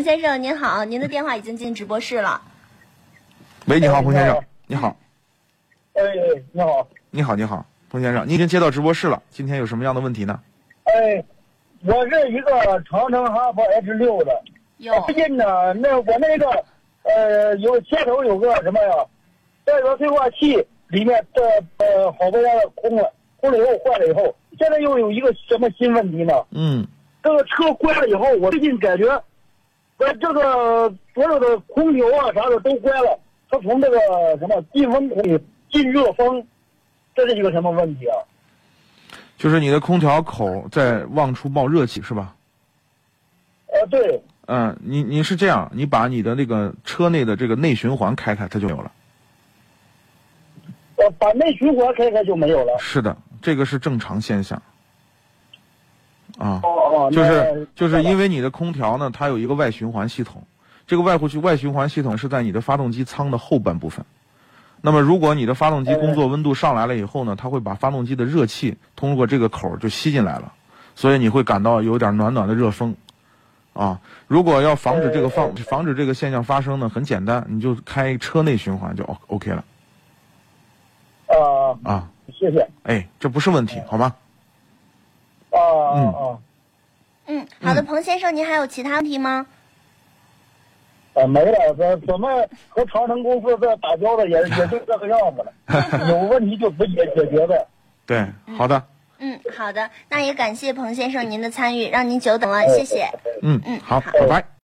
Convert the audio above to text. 洪先生您好，您的电话已经进直播室了。喂，你好，洪先生，你好，哎，你好，你好，你好，洪先生，你已经接到直播室了，今天有什么样的问题呢？哎，我是一个长城哈弗 H 六的，哎哟最近呢，那我那个呃有接头有个什么呀，带个对话器里面的呃好不容易空了，空了以后坏了以后，现在又有一个什么新问题呢？嗯，这个车关了以后，我最近感觉，呃，这个所有的空调啊啥的都关了，它从这个什么进风口里进热风，这是一个什么问题啊？就是你的空调口在往出冒热气是吧？呃，对，嗯，你你是这样，你把你的那个车内的这个内循环开开，它就有了。呃，把内循环开开就没有了。是的，这个是正常现象。啊，哦哦，就是就是因为为你的空调呢，它有一个外循环系统，这个外呼去外循环系统是在你的发动机舱的后半部分。那么，如果你的发呃动机工作温度上来了以后呢，它会把发动机的热气通过这个口儿就吸进来了，所以你会感到有点暖暖的热风，啊，如果要防止这个放防止这个现象发生呢，很简单，你就开车内循环就 O OK 了啊、啊，谢谢哎，这不是问题，好吗？啊啊嗯啊嗯，好的，彭先生，您还有其他问题吗？啊，没了，怎怎么和长城公司这打交道也也就这个样 子了，有问题就不解解决呗。对，好的，嗯，好的，那也感谢彭先生您的参与，让您久等了，谢谢。嗯嗯好，好拜拜。